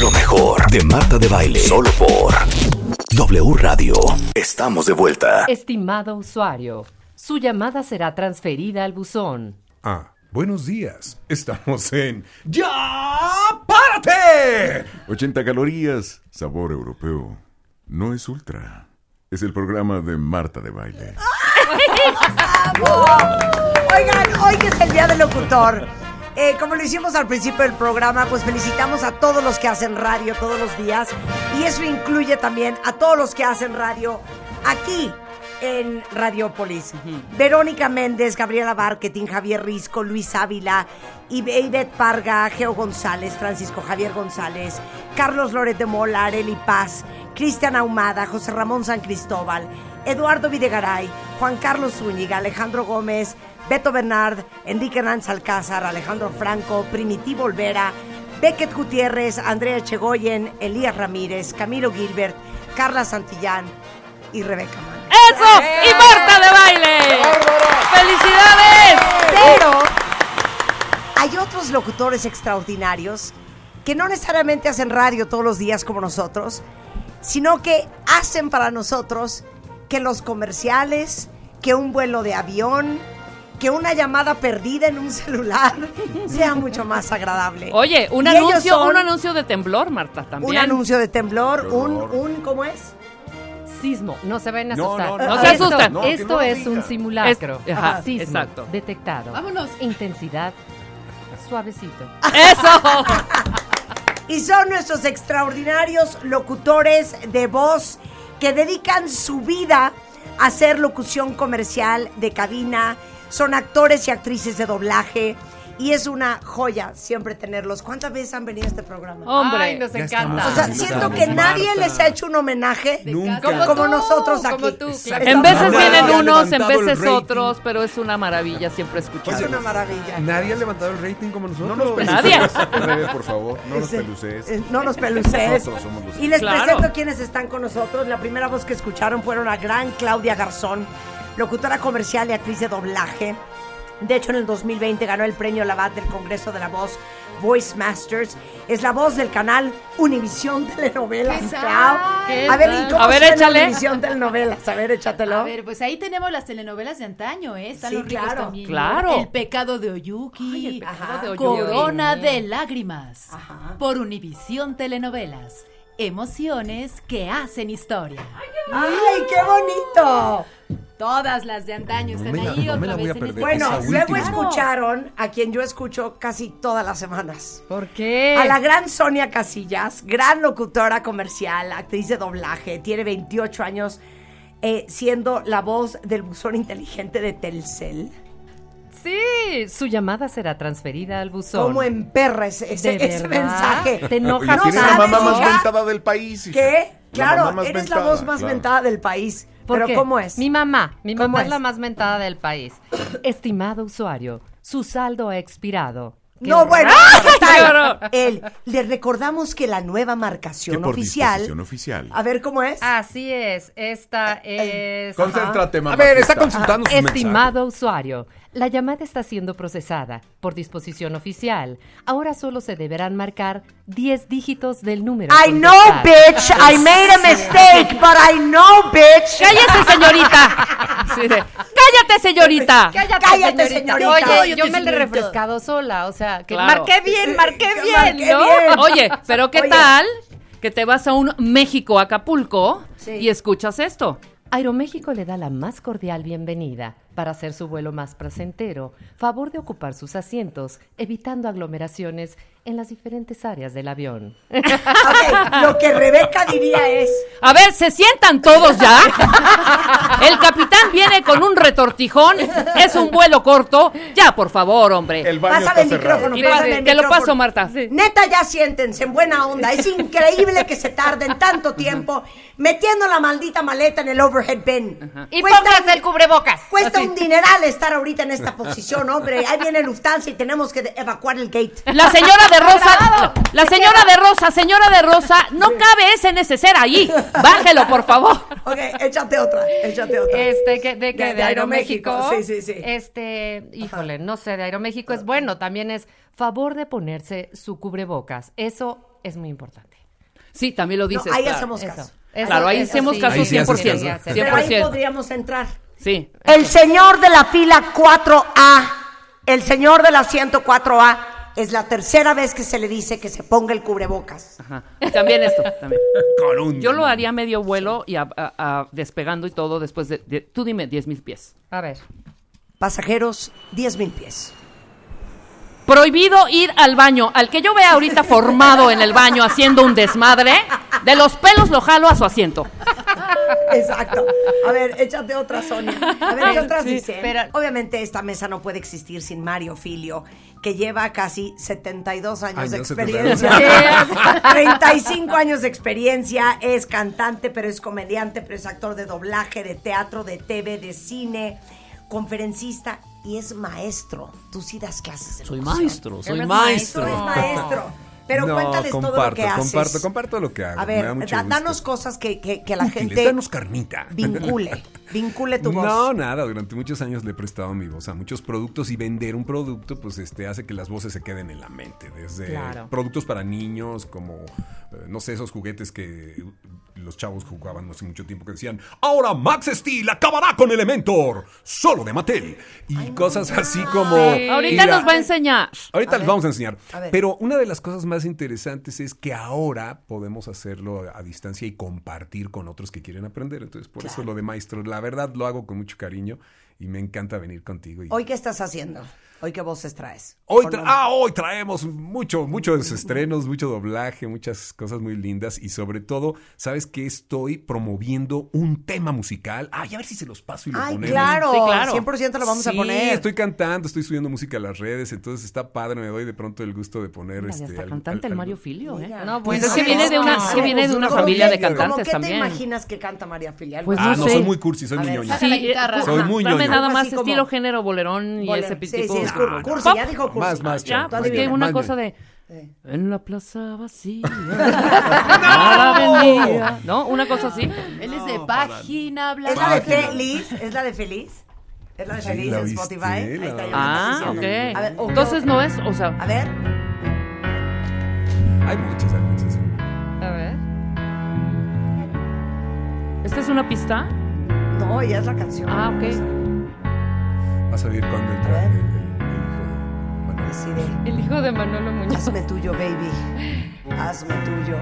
Lo mejor de Marta de Baile. Solo por W Radio. Estamos de vuelta. Estimado usuario, su llamada será transferida al buzón. Ah, buenos días. Estamos en ¡Ya párate! 80 calorías, sabor europeo. No es ultra. Es el programa de Marta de Baile. ¡Oh! Oigan, hoy que es el día del locutor. eh, como lo hicimos al principio del programa, pues felicitamos a todos los que hacen radio todos los días. Y eso incluye también a todos los que hacen radio aquí en Radiopolis. Verónica Méndez, Gabriela Barquetín, Javier Risco, Luis Ávila, Ibe- Ivette Parga, Geo González, Francisco Javier González, Carlos Loret de Mola, Areli Paz, Cristian Ahumada, José Ramón San Cristóbal, Eduardo Videgaray, Juan Carlos Zúñiga, Alejandro Gómez, Beto Bernard, Enrique Hernández Alcázar, Alejandro Franco, Primitivo Olvera, Beckett Gutiérrez, Andrea Chegoyen, Elías Ramírez, Camilo Gilbert, Carla Santillán y Rebeca Mann. ¡Eso! ¡Y Marta de baile! ¡Felicidades! Pero hay otros locutores extraordinarios que no necesariamente hacen radio todos los días como nosotros, sino que hacen para nosotros que los comerciales, que un vuelo de avión, que una llamada perdida en un celular sea mucho más agradable. Oye, un Y ellos anuncio, son un anuncio de temblor, Marta, también. un anuncio de temblor, Qué un, horror. un ¿cómo es? Sismo, no se vayan a No, asustar. no, no, No se Esto- asustan. No, que Esto no lo es un digan. simulacro. Es- ajá, Sismo exacto. detectado. Vámonos. Intensidad suavecito. Ah. ¡Eso! Y son nuestros extraordinarios locutores de voz que dedican su vida a hacer locución comercial de cabina. Son actores y actrices de doblaje. Y es una joya siempre tenerlos. ¿Cuántas veces han venido a este programa? Hombre. Ay, nos Ya encanta. o estamos. sea, sí, siento estamos, que Marta. nadie les ha hecho un homenaje Nunca. Como como tú, nosotros aquí. como tú, claro. En Estamos veces Nadie vienen ha unos, en levantado el veces rating. otros, pero es una maravilla siempre Es escucharlos. una maravilla. Nadie ha levantado el rating como nosotros. Pues, Nadie. Rebe, por favor, no nos Ese- peluces. eh, No nos peluces. Nosotros somos los- Y les Claro. presento quienes están con nosotros. La primera voz que escucharon fueron la gran Claudia Garzón, locutora comercial y actriz de doblaje. De hecho, en el 2020 ganó el premio Labat del Congreso de la Voz Voice Masters. Es la voz del canal Univisión Telenovelas. ¡Qué tal! Clau. ¡Qué A ver, ¿y tal! cómo A ver, suena échale. Univisión Telenovelas? A ver, échatelo. A ver, pues ahí tenemos las telenovelas de antaño, ¿eh? Están Sí, los ricos claro. también. Claro. El pecado de Oyuki. Ay, El pecado Ajá. de Oyuki. Corona de lágrimas. Ajá. Por Univisión Telenovelas. Emociones que hacen historia. ¡Ay, qué bonito! Todas las de antaño No están me la- ahí no me la voy otra a vez en perder. este Bueno, Esa luego última. escucharon a quien yo escucho casi todas las semanas. ¿Por qué? A la gran Sonia Casillas, gran locutora comercial, actriz de doblaje, tiene 28 años, eh, siendo la voz del buzón inteligente de Telcel. Sí, su llamada será transferida al buzón. ¿Cómo emperra ese, ese- ¿De ese verdad? mensaje? Te enojas Ah, Oye, tiene la ¿sabes, mamá más hija? ventada del país. hija. ¿Qué? La mamá Claro, más eres la ventada, voz más claro. ventada del país. ¿Por ¿Pero qué? cómo es? Mi mamá, mi ¿Cómo mamá es? es? la más mentada del país. Estimado usuario, su saldo ha expirado. ¡Qué No, bueno, ¡Qué tal. horror! El- le recordamos que la nueva Que marcación por disposición oficial. oficial. A ver cómo es. Así es, esta es... Concéntrate, mamá. A ver, está consultando su Estimado usuario, la llamada está siendo procesada por disposición oficial. Ahora solo se deberán marcar 10 dígitos del número. a I know, contestar. bitch. I made a mistake, but I know, bitch. ¡Cállate, señorita! Sí, de, ¡Cállate, señorita! Cállate, Cállate, señorita. Oye, Cállate, yo me la he señorita. refrescado sola, o sea, que Claro. marqué bien, marqué Que bien, Eh, marqué ¿no? bien. Oye, pero ¿qué Oye. tal que te vas a un México, Acapulco, Sí. y escuchas esto? Aeroméxico le da la más cordial bienvenida. Para hacer su vuelo más placentero, favor de ocupar sus asientos, evitando aglomeraciones en las diferentes áreas del avión. Ok, lo que Rebeca diría es. A ver, ¿se sientan todos ya? El capitán viene con un retortijón, es un vuelo corto. Ya, por favor, hombre. El baño está pásame el cerrado. micrófono, Y pásame pase, el te lo micrófono. paso, Marta. Sí. Neta, ya siéntense, en buena onda. Es increíble que se tarden tanto tiempo metiendo la maldita maleta en el overhead bin. Y Cuesta- póngase el cubrebocas. Cuesta un dineral estar ahorita en esta posición, hombre. Ahí viene Lufthansa y tenemos que de- evacuar el gate. La señora de Rosa, la señora de Rosa, señora de Rosa, no cabe ese neceser ahí. Bájelo, por favor. Ok, échate otra, échate otra. Este, que, de, que, De- de, de Aeroméxico, Aeroméxico. sí, sí, sí. Este, híjole, no sé, de Aeroméxico es bueno, también es favor de ponerse su cubrebocas. Eso es muy importante. Sí, también lo dices. ahí claro. hacemos Eso, caso. eso, Claro, ahí eso hacemos sí. caso Ahí sí haces 100%. caso. Pero ahí 100%. podríamos entrar. Sí. El señor de la fila 4A, el señor de la 104A, es la tercera vez que se le dice que se ponga el cubrebocas. Ajá. También esto, también. Con un- Yo lo haría medio vuelo y a- a- a- despegando y todo después de, de- tú dime, 10 mil pies. A ver. Pasajeros, 10 mil pies. Prohibido ir al baño. Al que yo vea ahorita formado en el baño haciendo un desmadre, de los pelos lo jalo a su asiento. Exacto. A ver, échate otra, Sonia. A ver, ¿qué otras Sí, dicen? pero- Obviamente esta mesa no puede existir sin Mario Filio, que lleva casi 72 años Años, de 72. experiencia. 35 años de experiencia, es cantante, pero es comediante, pero es actor de doblaje, de teatro, de TV, de cine, conferencista y es maestro. Tú sí das clases. de Soy locución. maestro, soy Tú maestro. eres maestro. Pero No, cuéntales todo lo comparto, que haces. comparto, comparto lo que hago, A me da ver, mucho da- gusto. danos cosas que, que- que la Útiles, gente danos carnita. vincule, vincule tu voz. No, nada, durante muchos años le he prestado mi voz a muchos productos y vender un producto pues este hace que las voces se queden en la mente, desde Claro. productos para niños como eh, no sé, esos juguetes que los chavos jugaban no hace mucho tiempo que decían, "Ahora Max Steel acabará con Elementor, solo de Mattel" y cosas así como Ahorita ir a- nos va a enseñar. Ahorita les vamos a enseñar. A ver. Pero una de las cosas más interesantes es que ahora podemos hacerlo a distancia y compartir con otros que quieren aprender. Entonces, por eso lo de maestro, la verdad lo hago con mucho cariño y me encanta venir contigo. Y Hoy qué estás haciendo? Hoy qué voces traes? Hoy ¿O tra- no? ah, hoy traemos mucho, muchos estrenos, mucho doblaje, muchas cosas muy lindas y sobre todo, ¿sabes que Estoy promoviendo un tema musical. Ay, a ver si se los paso y lo Ay, ponemos. claro, Sí, claro. 100% lo vamos a Sí, poner. estoy cantando, estoy subiendo música a las redes, entonces está padre, me doy de pronto el gusto de poner Mira, ya este está al- cantante al- el al- Mario Filio, ¿eh? No, Pues bueno, es que viene de una, somos que viene de una como familia de que- como ¿Cómo cantantes qué te también. imaginas que canta María Filial? Pues Ah, no no, sé. soy muy cursi, soy A muy ver, ñoño. saca la eh, guitarra. cu- Soy ajá, muy dame ñoño. nada más Así como- estilo género bolerón y ese Bolero. tipo. Sí, sí, es cur- Ah, cursi, pop. ya dijo cursi. Más, más, Ya, Tú pues que adivina. una Más cosa ñoño. de en la plaza vacía. nada vendía. ¿No? Una cosa así. Él es de página blanca. ¿Es la de Página. Feliz? ¿Es la de Feliz? ¿Es la de Sí, Feliz la en viste, Spotify? la- Ahí está, ya Ah, me estás ok. diciendo. A ver, o- Entonces no es, o sea, A ver, Hay muchas, hay muchas. A ver. ¿esta es una pista? no, ya es la canción. Ah, ok. Vas a ver cuando entra A el, ver. el- el hijo. Bueno, Así de, El hijo de Manolo Muñoz. hazme tuyo, baby. Hazme tuyo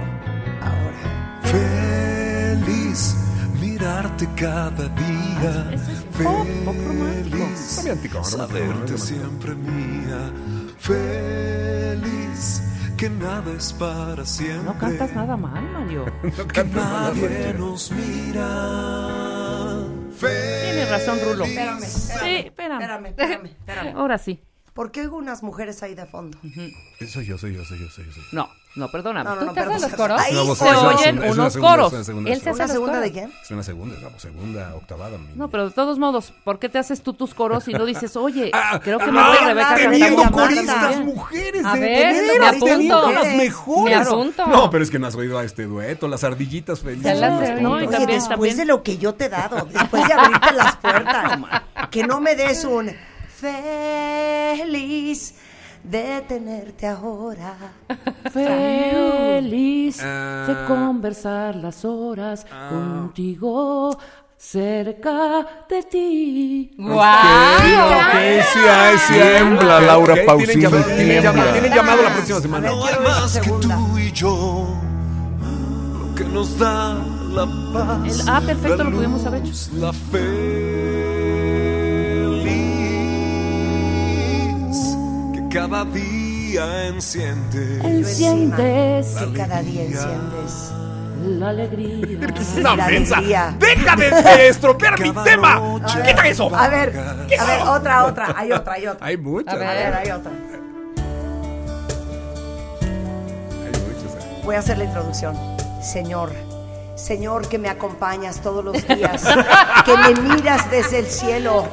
ahora. Feliz mirarte cada día. Eso es pop, pop romántico. romántico, romántico. saberte siempre mía. Feliz que nada es para siempre. No cantas nada mal, Mario. no Que cantes nada, nadie cualquiera. nos mira. Tienes razón, Rulo. Espérame, Sí, espérame. espérame. Espérame, espérame, espérame. Ahora sí. ¿Por qué oigo unas mujeres ahí de fondo? eh, Soy yo, soy yo, soy yo, soy yo. soy yo. No, no, perdóname. No, no, no, ¿Tú te haces perdón. los coros? Ahí Es una se voz- se es una oye. oyen segunda- es una unos segunda- coros. es una segunda- Él se ¿Una hace los segunda coros. de quién? Es una segunda, es la segunda octavada. mi- No, pero de todos modos, ¿por qué te haces tú tus coros y no dices, oye, Ah, creo que ah, me voy a Rebeca hablar, cantando teniendo más coristas, también"? mujeres. A de- de ver, veras, me apunto. teniendo las Me mejores. apunto. No, pero es que no has oído a este dueto, las ardillitas felices. Ya las Las oí. puntas. No, y Oye, también, después también. de lo que yo te he dado, después de abrirte las puertas, que no me des un feliz de tenerte ahora. Feliz Ah. de conversar las horas contigo cerca de ti. Ah, Ok, sí, ahí tiembla, Laura Pausini. Tienen llamado, tienen llamado la próxima semana. A ver, No hay quiero ver más que segunda. tú y yo. Lo que nos da la paz. El- ah, perfecto, la lo pudimos haber hecho. luz, La feliz que cada día enciende. Enciendes Cada día enciendes. la alegría. la alegría. Déjame de estropear mi Cada tema. noche. Quita eso. A ver, a ver, otra, otra, hay otra, hay otra. Hay muchas. A ver, hay otra. Hay muchas. ¿eh? Voy a hacer la introducción. Señor, Señor que me acompañas todos los días, que me miras desde el cielo,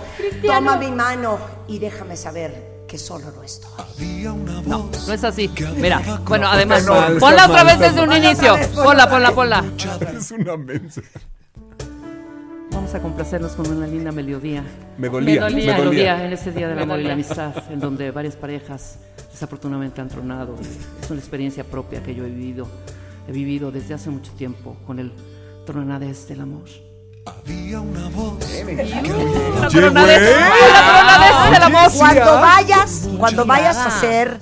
toma mi mano y déjame saber que solo no estoy. Había una voz. No es así. Mira, bueno, además, Está mal, ponla está otra mal, vez está desde un mal. inicio. Ponla otra vez, Ponla, ponla, ponla. Es una mensa. Vamos a complacernos con una linda melodía. Me dolía, me dolía. en ese día del amor y la amistad, en donde varias parejas desafortunadamente han tronado. Es una experiencia propia que yo he vivido, he vivido desde hace mucho tiempo con el tronadez del amor. Había una voz. La tronadez, la tronadez del amor. Cuando vayas, cuando vayas a hacer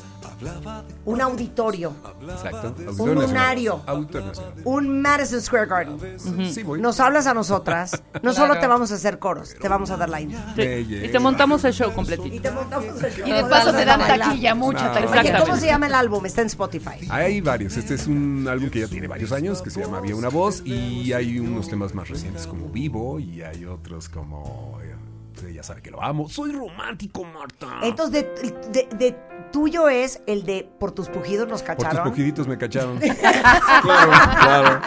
un auditorio, Exacto. Un lunario. Auditor nacional. un Madison Square Garden, Sí, voy. nos hablas a nosotras, no solo te vamos a hacer coros, te vamos a dar line. Y te montamos el show completito. Y te montamos el Y de paso te dan taquilla, mucha No. Oye, taquilla. ¿cómo Exactamente. se llama el álbum? Está en Spotify. Hay varios. Este es un álbum que ya tiene varios años, que se llama Había una voz, y hay unos temas más recientes como Vivo, y hay otros como... eh, usted ya sabe que lo amo. Soy romántico, Marta. Entonces, de, de- de tuyo es el de Por tus pujidos nos Por tus cacharon. pujiditos me cacharon. Claro, claro.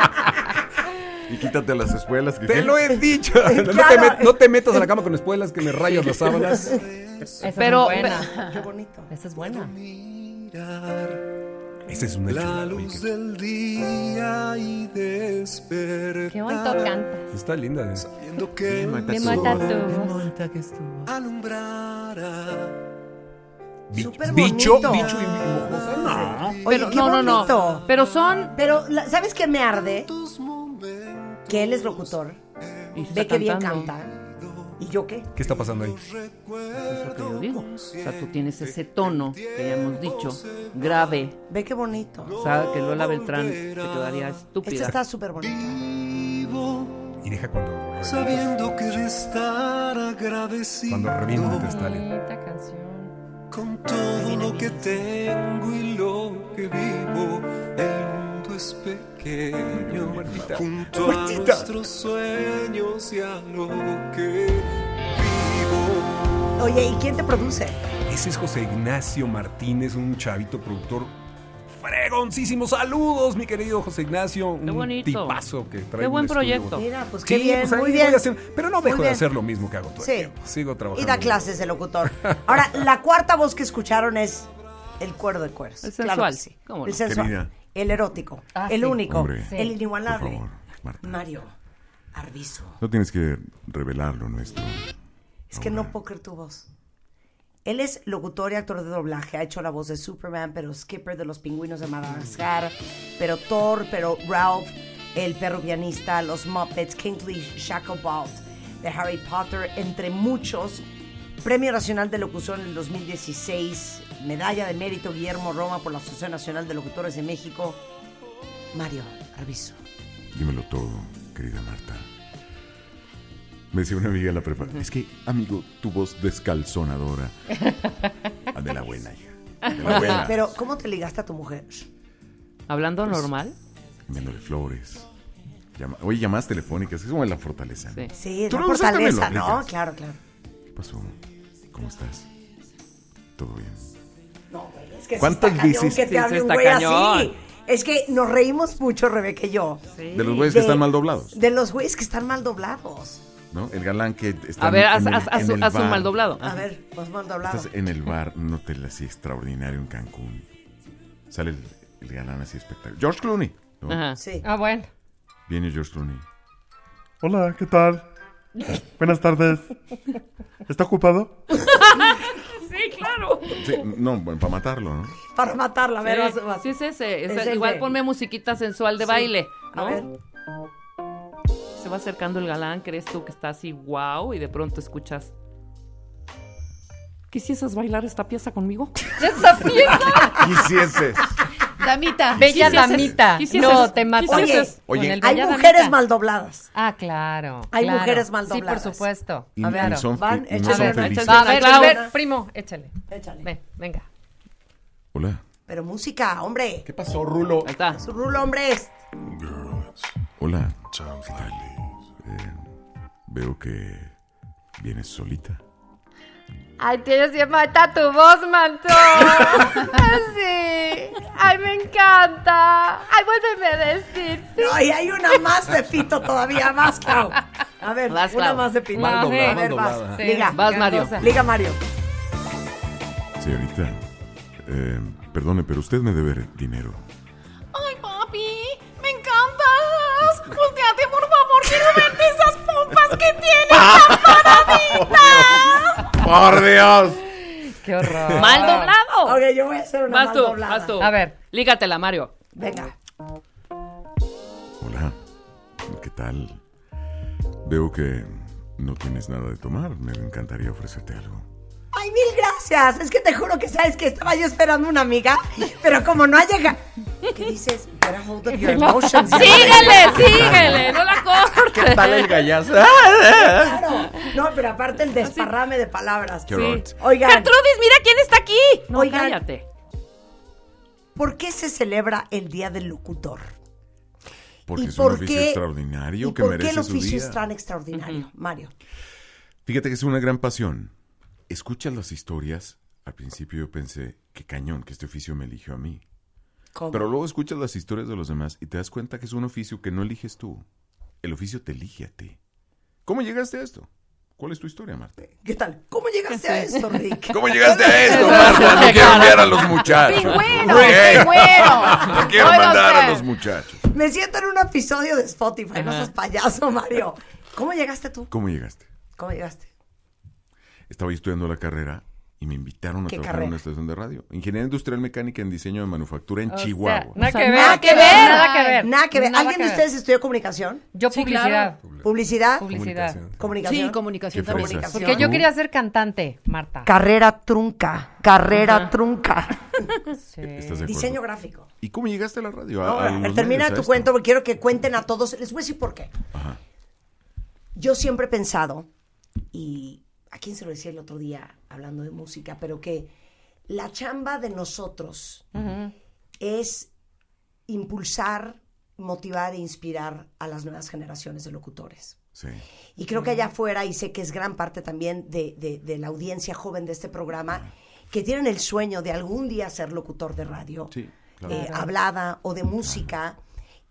Y quítate las espuelas. Que Te lo he dicho. No, te Claro. met- no te metas a la cama con espuelas que me rayas las sábanas. Esa es Pero- muy buena. Qué bonito. Esa es buena. Esa es una chulada, oye, que- del día y despertar. Qué bonito cantas. Está linda. ¿eh? Viendo que Me mata tu voz. alumbrara. Bi- Súper Bicho, bonito. bicho y mojosa. No. Oye, Pero qué no, no, bonito. no. Pero son. Pero, la- ¿sabes qué me arde? Que él es locutor, y está ve que bien cantando. canta. ¿Y yo qué? ¿Qué está pasando ahí? Es lo que yo digo. O sea, tú tienes ese tono que ya hemos dicho, grave. Ve qué bonito. O sea, que Lola Beltrán se quedaría estúpida. Esta está súper bonita. Y deja cuando Sabiendo que de estar agradecido cuando revienta está linda. Bonita canción. con todo lo que tengo y lo que vivo, el mundo es pequeño junto a Martita. nuestros sueños y a lo que vivo. Oye, ¿y quién te produce? Ese es José Ignacio Martínez, un chavito productor. Fregoncísimos saludos, mi querido José Ignacio. Un Qué bonito. tipazo que trae Qué un buen estudio. proyecto. Mira, pues qué Sí, bien, pues ahí muy voy a bien. hacer- pero no Muy dejo de bien. hacer lo mismo que hago todo Sí. el tiempo. Sigo trabajando. Y da clases de locutor. Ahora, la cuarta voz que escucharon es el cuero de cueros. El Claro sensual, que sí. ¿cómo no? El sensual. Querida. El erótico. Ah, el sí. único. Hombre, el Por inigualable. favor, Marta. Mario Arbizu. No tienes que revelar lo nuestro. Es que no puedo creer tu voz. Él es locutor y actor de doblaje. Ha hecho la voz de Superman, pero Skipper de los pingüinos de Madagascar, pero Thor, pero Ralph, el perro pianista, los Muppets, Kingsley Shacklebolt, de Harry Potter, entre muchos. Premio Nacional de Locución en el 2016, Medalla de Mérito Guillermo Roma por la Asociación Nacional de Locutores de México. Mario Arbizu. Dímelo todo, querida Marta. Me decía una amiga en la prepa, es que, amigo, tu voz descalzonadora. Ah, De la buena, hija. De la buena. Pero, ¿cómo te ligaste a tu mujer? Hablando normal. Dándole flores. Llama- Oye, llamadas telefónicas, es como en la fortaleza. ¿no? Sí. Sí, Tú la no usaste fortaleza, melodías. ¿no? Claro, claro. ¿Qué pasó? ¿Cómo estás? ¿Todo bien? Es que sí ¿Cuántas está cañón veces? que Sí, te sí hable un está güey así? cañón. Es que nos reímos mucho, Rebeca y yo. De los güeyes que De- están mal doblados, De los güeyes que están mal doblados. ¿no? El galán que está A ver, en haz, el- haz- haz en un- el haz un bar. mal doblado. A ver, pues mal doblado. Estás en el bar, un hotel así extraordinario en Cancún. Sale el, el galán así espectacular. George Clooney. ¿no? Ajá. Sí. Ah, bueno. Viene George Clooney. Hola, ¿qué tal? Buenas tardes. ¿Está ocupado? Sí, claro. Sí, no, bueno, para matarlo, ¿no? Para matarla, a ver, vas, vas. Sí, es ese. es Es el- ese. igual ponme musiquita sensual de baile. A ¿no? ver. Se va acercando el galán, crees tú que está así, wow, y de pronto escuchas. ¿Quisieras bailar esta pieza conmigo? ¡Esa fiesta! Quisiese. Damita. Bella Quisieses- damita. quisieses- No, te mata. quisieses- Con Oye, el Hay bella mujeres damita. mal dobladas. Ah, claro. Hay claro. mujeres mal Sí, por dobladas. supuesto. Y, A y ver, no son, van, y no échale, son échale. felices. Va, a ver, a Claro. ver, primo, échale. Échale. Ven, venga. Hola. Pero música, hombre. ¿Qué pasó, Rulo? Ahí está. Su rulo, hombre. Hola. ¿Qué tal? Eh, veo que vienes solita. Ay, tienes que matar tu voz, manto. sí. Ay, me encanta. Ay, vuélveme a decir. sí. No, y hay una más de pito todavía, más, Clau. A ver, Vas, una Clau. más de pito. Mal doblada, a ver, mal doblada. vas. Sí, Liga. Vas, Mario. cosa. Liga, Mario. Señorita, eh, perdone, pero usted me debe dinero. Ay, papi, me encantas. Volteate, por favor, quiero verte esas pompas que tienes. ¡Por Dios! ¡Qué horror! ¡Mal doblado! Ok, yo voy a hacer una Vas mal tú, doblada. vas tú. A ver. Lígatela, Mario. Venga. Hola, ¿qué tal? Veo que no tienes nada de tomar. Me encantaría ofrecerte algo. Ay, mil gracias. Es que te juro que sabes que estaba yo esperando una amiga, pero como no ha llegado. ¿Qué dices? Better hold up your emotions. Síguele, síguele, no la cortes. ¿Qué tal el gallazo? Claro. No, pero aparte el desparrame de palabras. Qué horror. Sí. Oigan. Gertrudis, mira quién está aquí. No, Oigan, cállate. ¿Por qué se celebra el Día del Locutor? Porque ¿Y es un por oficio qué- extraordinario ¿Y que por merece qué el su oficio día. es tan extraordinario, Mario? Fíjate que es una gran pasión. Escuchas las historias. Al principio yo pensé, qué cañón que este oficio me eligió a mí. ¿Cómo? Pero luego escuchas las historias de los demás y te das cuenta que es un oficio que no eliges tú. El oficio te elige a ti. ¿Cómo llegaste a esto? ¿Cuál es tu historia, Marta? ¿Qué tal? ¿Cómo llegaste a esto, Rick? ¿Cómo llegaste a esto, Marta? No quiero enviar a los muchachos. Pingüino, Ey, pingüino. No quiero Oiga mandar a usted. los muchachos. Me siento en un episodio de Spotify, no seas payaso, Mario. ¿Cómo llegaste tú? ¿Cómo llegaste? ¿Cómo llegaste? Estaba yo estudiando la carrera y me invitaron a ¿Qué trabajar en carrera? una estación de radio. Ingeniería Industrial Mecánica en Diseño de Manufactura en O sea, Chihuahua. nada que ver. Nada Nada que que ver, ver. Nada que ver. Nada ¿Alguien que de ver. ustedes estudió comunicación? Yo Sí, publicidad. claro. ¿Publicidad? Publicidad. ¿Comunicación? Sí, comunicación Qué también. fresas. Porque yo quería ser cantante, Marta. Carrera trunca, carrera Ajá. trunca. ¿Estás de acuerdo? Diseño gráfico. ¿Y cómo llegaste a la radio? A- Ahora, a los termina Ah, medios, a tu esto. cuento porque quiero que cuenten a todos. Les voy a decir por qué. Ajá. Yo siempre he pensado, y a quién se lo decía el otro día hablando de música, pero que la chamba de nosotros es impulsar, motivar e inspirar a las nuevas generaciones de locutores. Sí. Y creo que allá afuera, y sé que es gran parte también de, de- de la audiencia joven de este programa, que tienen el sueño de algún día ser locutor de radio, claro. eh, hablada o de música,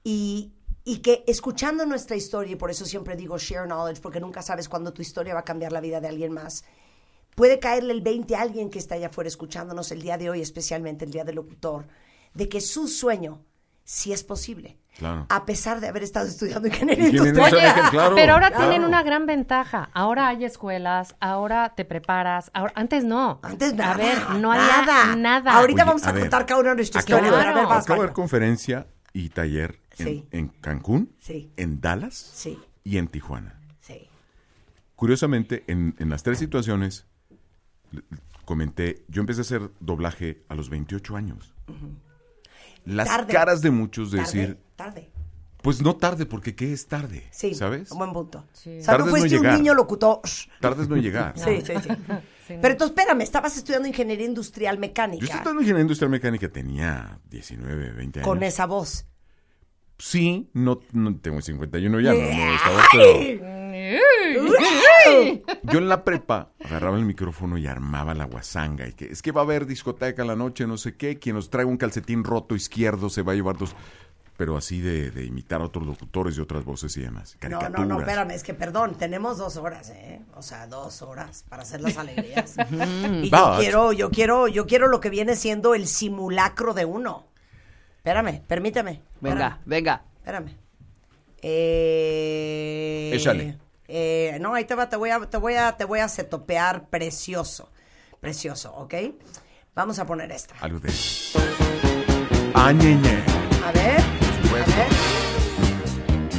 y, y que escuchando nuestra historia, y por eso siempre digo share knowledge, porque nunca sabes cuándo tu historia va a cambiar la vida de alguien más, puede caerle el 20 a alguien que está allá afuera escuchándonos el día de hoy, especialmente el día del locutor, de que su sueño sí es posible. Claro. A pesar de haber estado estudiando ingeniería Ingeniería industrial. industrial, claro, Pero ahora claro. tienen una gran ventaja. Ahora hay escuelas, ahora te preparas. Ahora, antes no. Antes nada. A ver, no había nada. nada. Ahorita Oye, vamos a, a ver, contar cada uno de nuestra Acabo historia. de, A ver, vas, acabo de Mario. ver conferencia y taller en, Sí. en Cancún, Sí. en Dallas Sí. y en Tijuana. Sí. Curiosamente, en, en las tres situaciones, l- comenté, yo empecé a hacer doblaje a los 28 años. Las Tarde. caras de muchos de Tarde, decir, Tarde. pues no tarde, porque ¿qué es tarde? Sí. ¿Sabes? Un buen punto. O sea, no Tarde es fuiste no un llegar. niño locutor. Tarde es no llegar. Sí, sí, sí. Pero entonces, espérame, estabas estudiando ingeniería industrial mecánica Yo estoy en ingeniería industrial mecánica, tenía 19, 20 años. con esa voz. Sí, no, no tengo 51 ya, no, no estaba, ¡Ay! pero yo en la prepa agarraba el micrófono y armaba la guasanga. Y que, es que va a haber discoteca en la noche, no sé qué, quien nos traiga un calcetín roto izquierdo se va a llevar dos... Pero así de, de imitar a otros locutores y otras voces y demás. No, Caricaturas. no, no, espérame, es que perdón, tenemos dos horas, ¿eh? O sea, dos horas para hacer las alegrías. y yo But- quiero, yo quiero, yo quiero lo que viene siendo el simulacro de uno. Espérame, permíteme. Venga, espérame. venga. Espérame. Eh, Échale. eh, no, ahí te va, te voy a, te voy a, te voy a setopear precioso. Precioso, ¿ok? Vamos a poner esta. Algo de... ¡Ah, ñeñe! A ver.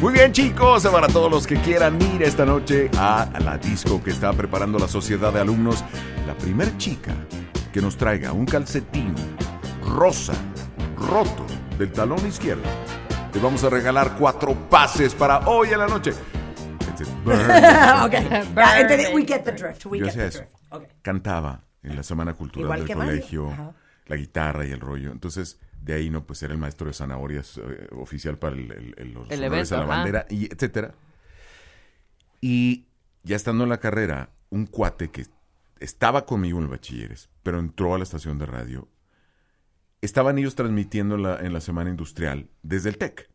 Muy bien, chicos, para todos los que quieran ir esta noche a la disco que está preparando la Sociedad de Alumnos, la primer chica que nos traiga un calcetín rosa roto del talón izquierdo, le vamos a regalar cuatro pases para hoy en la noche. It's a burn. ok. Ya, entendí. We get the drift. We Yo get the hacía drift. eso. Cantaba en la Semana Cultural Igual del que Mario. colegio, Ajá. la guitarra y el rollo. Entonces, de ahí, ¿no? Pues era el maestro de zanahorias eh, oficial para el, el- el- los El honores evento, a la ajá. bandera, y etcétera. Y ya estando en la carrera, un cuate que estaba conmigo en el bachilleres, pero entró a la estación de radio. Estaban ellos transmitiendo la- en la Semana Industrial desde el TEC.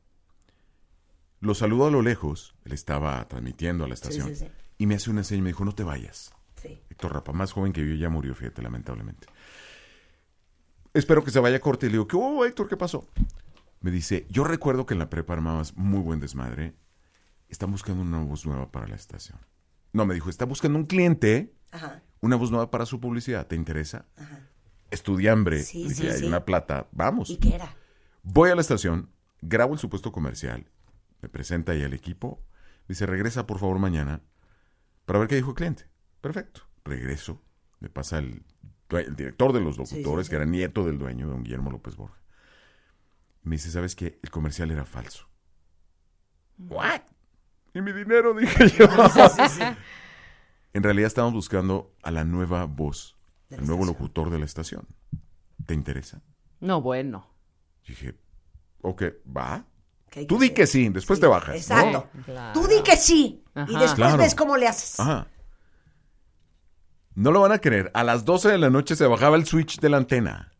Lo saludo a lo lejos, él estaba transmitiendo a la estación, sí, sí. y me hace una seña y me dijo, no te vayas. Sí. Héctor Rapa, más joven que yo, ya murió, fíjate, lamentablemente. Espero que se vaya a corte y le digo, ¿qué hubo, Héctor? ¿Qué pasó? Me dice, yo recuerdo que en la prepa armabas muy buen desmadre. Están buscando una voz nueva para la estación. No, me dijo, está buscando un cliente Ajá. Una voz nueva para su publicidad, ¿te interesa? Estudiambre, Sí, de sí, que hay sí. una plata, vamos. ¿Y qué era? Voy a la estación, grabo el supuesto comercial, me presenta ahí al equipo, dice, regresa por favor mañana para ver qué dijo el cliente. Perfecto. Regreso, me pasa el, due- el director de los Sí, sí, locutores, sí. que era nieto del dueño, don Guillermo López Borja. Me dice, ¿sabes qué? El comercial era falso. ¿What? Y mi dinero, dije yo. En realidad estábamos buscando a la nueva voz, De al la nuevo locutor de la estación. ¿Te interesa? No, bueno. Dije, ok, va. Que hay Tú que di que sí, después te bajas. ¿no? Exacto. Tú di que sí. Y Ajá. después Claro. Ah, ves cómo le haces. Ajá. No lo van a creer. A las 12 de la noche se bajaba el switch de la antena.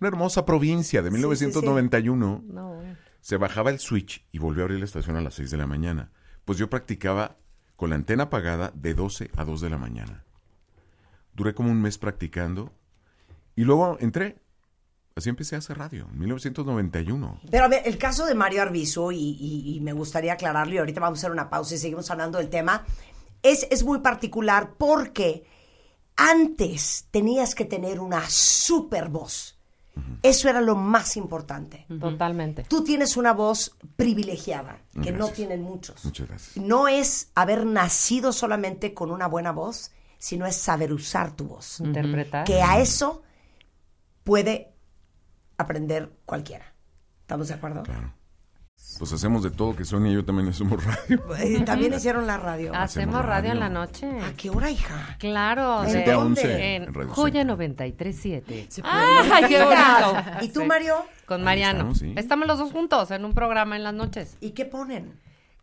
Una hermosa provincia de 1991. No, bueno. Se bajaba el switch y volvió a abrir la estación a las 6 de la mañana. Pues yo practicaba con la antena apagada de 12 a 2 de la mañana. Duré como un mes practicando y luego entré. Así empecé a hacer radio, en 1991. Pero a ver, el caso de Mario Arbizu, y, y- y me gustaría aclararlo, y ahorita vamos a hacer una pausa y seguimos hablando del tema, es, es muy particular porque antes tenías que tener una super voz. Eso era lo más importante. Totalmente. Tú tienes una voz privilegiada, que no Gracias. tienen muchos. Muchas gracias. No es haber nacido solamente con una buena voz, sino es saber usar tu voz. Mm. Interpretar. Que a eso puede aprender cualquiera. ¿Estamos de acuerdo? Pues hacemos de todo, que Sonia y yo también hacemos radio. Eh, También hicieron la radio. Hacemos Hacemos radio en radio. la noche. ¿A qué hora, hija? Claro. De de- siete a once, En en Radio Joya 93.7. Ah, ¡Ay, qué Ah, bonito! ¿Y tú, Mario? Con Mariano. estamos, Estamos, sí. los dos juntos en un programa en las noches. ¿Y qué ponen?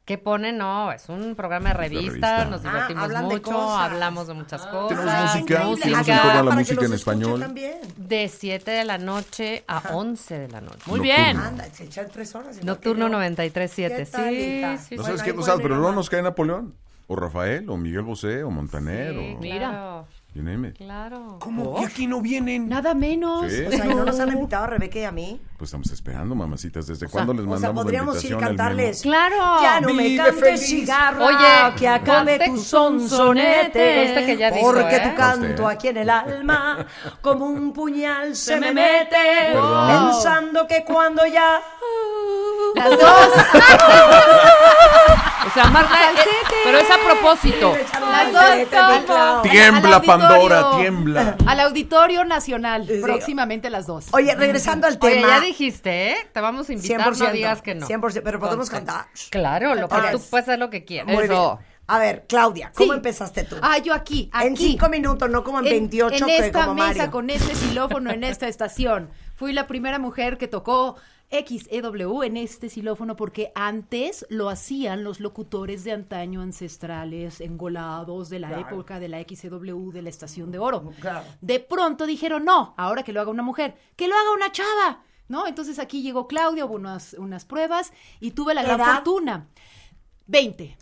¿Qué ponen? No, es un programa de De revista, revista. nos Ah, divertimos hablan de mucho, cosas. Ah. hablamos de muchas cosas. Tenemos música, tenemos en torno a la música en español. De 7 de la noche a 11 de la noche. Muy bien. Nocturno. Anda, se echan tres horas. igual que Nocturno yo. 93.7. ¿Qué tal, hija? Sí, sí. No bueno, sabes qué ahí cosas, bueno, pero ahí luego nos cae Napoleón. O Rafael, o Miguel Bosé, o Montaner, o... Mira. You name it. Claro. ¿Cómo? ¿Y aquí no vienen? Nada menos. Sí. O sea, ¿y no nos han invitado a Rebeca y a mí. Pues estamos esperando, mamacitas. ¿Desde cuándo les O mandamos sea, podríamos la ir a invitación al cantarles. memo? Claro. Ya no me Vive cantes feliz. cigarro. Oye, que acabe ponte tu sonsonete. Este que ya dijo, porque ¿eh? tu canto aquí en el alma, como un puñal se me mete. Perdón. Pensando que cuando ya. Uh. Las dos. O sea, Marta, eh, pero es a propósito. Las dos somos. Tiembla, Al auditorio. Pandora, tiembla. Al Auditorio Nacional, próximamente las dos. Oye, regresando al Oye, tema. ya dijiste, ¿eh? Te vamos a invitar, no 100%, digas que no. 100%, pero podemos Conste. cantar. Claro, lo que Ah, tú es- puedes hacer lo que quieras. Muy Eso. bien. A ver, Claudia, ¿cómo empezaste tú? Ah, yo aquí, aquí. En cinco minutos, no como en, 28 En que esta como mesa, Mario. con este xilófono, en esta estación. Fui la primera mujer que tocó XEW en este xilófono porque antes lo hacían los locutores de antaño ancestrales, engolados de la Claro. época de la XEW, de la Estación de Oro. Mm, De pronto dijeron, no, ahora que lo haga una mujer, que lo haga una chava. ¿No? Entonces aquí llegó Claudia, hubo unas, unas pruebas y tuve la gran ¿Edad? fortuna. 20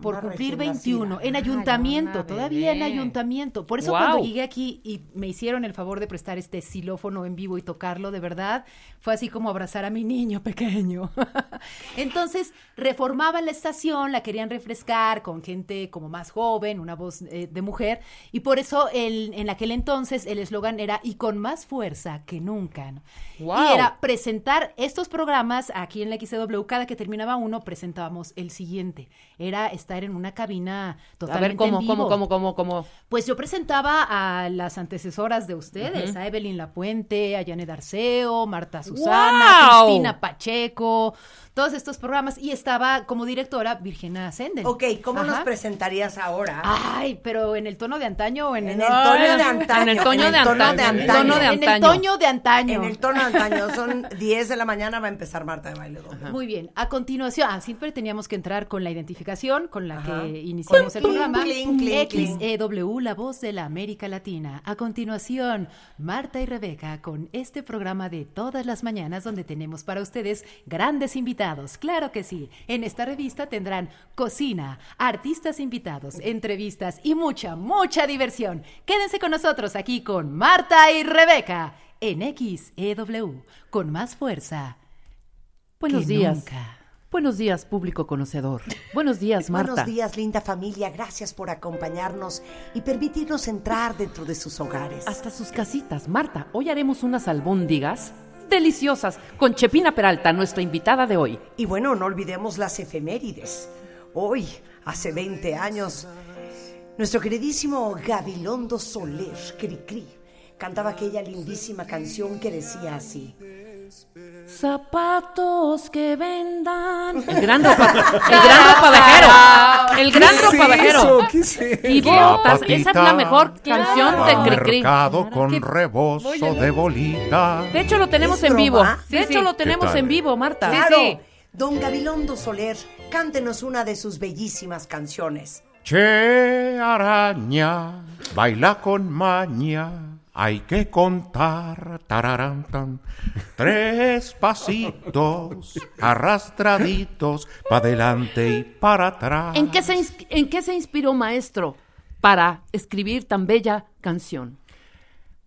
por Una cumplir recién 21 nacida. en Ay, ayuntamiento, una todavía en bebé. ayuntamiento. Por eso Guau. cuando llegué aquí y me hicieron el favor de prestar este xilófono en vivo y tocarlo de verdad, fue así como abrazar a mi niño pequeño. Entonces, reformaban la estación, la querían refrescar con gente como más joven, una voz eh, de mujer, y por eso el- en aquel entonces el eslogan era y con más fuerza que nunca. ¿no? Guau. Y era presentar estos programas aquí en la XW, cada que terminaba uno presentábamos el siguiente. Era estar en una cabina totalmente a ver, ¿cómo, en cómo, vivo. cómo, cómo, cómo? Pues yo presentaba a las antecesoras de ustedes, Ujú. a Evelyn Lapuente, a Janet Arceo, Marta Susana, ¡Guau! Cristina Pacheco, todos estos programas. Y estaba como directora Virginia Senden. Ok, ¿cómo nos presentarías ahora? Ay, pero en el tono de antaño o en, En el tono de antaño. Ah, En el tono de antaño, en el tono de En el antaño. tono de antaño. En el tono de antaño. Son 10 de la mañana, va a empezar Marta de Baile. ¿dónde? Muy bien, a continuación, ah, siempre teníamos que entrar con la identificación con la que iniciamos el Clink, programa. clink, clink, clink. XEW, la voz de la América Latina. A continuación, Marta y Rebeca con este programa de todas las mañanas donde tenemos para ustedes grandes invitados. Claro que sí, en esta revista tendrán cocina, artistas invitados, entrevistas y mucha, mucha diversión. Quédense con nosotros aquí con Marta y Rebeca en XEW, con más fuerza. Buenos que días. nunca. Buenos días, público conocedor. Buenos días, Marta. Buenos días, linda familia. Gracias por acompañarnos y permitirnos entrar dentro de sus hogares. Hasta sus casitas. Marta, hoy haremos unas albóndigas deliciosas con Chepina Peralta, nuestra invitada de hoy. Y bueno, no olvidemos las efemérides. Hoy, hace 20 años, nuestro queridísimo Gabilondo Soler, Cricri, cantaba aquella lindísima canción que decía así. Zapatos que vendan. El gran ropa, el gran ropavejero. El gran ¿Qué es ropavejero. eso? ¿Qué es eso? Idiotas, La esa es patita la mejor canción va de al Cricri. mercado con rebozo de bolita. De hecho lo tenemos ¿Es en vivo. broma? De hecho lo tenemos en vivo, Marta. Claro. Don Gabilondo Soler, cántenos una de sus bellísimas canciones. Che araña, baila con maña, hay que contar, tararán, tan, tres pasitos arrastraditos para adelante y para atrás. ¿En qué, se, ins- ¿En qué se inspiró maestro para escribir tan bella canción?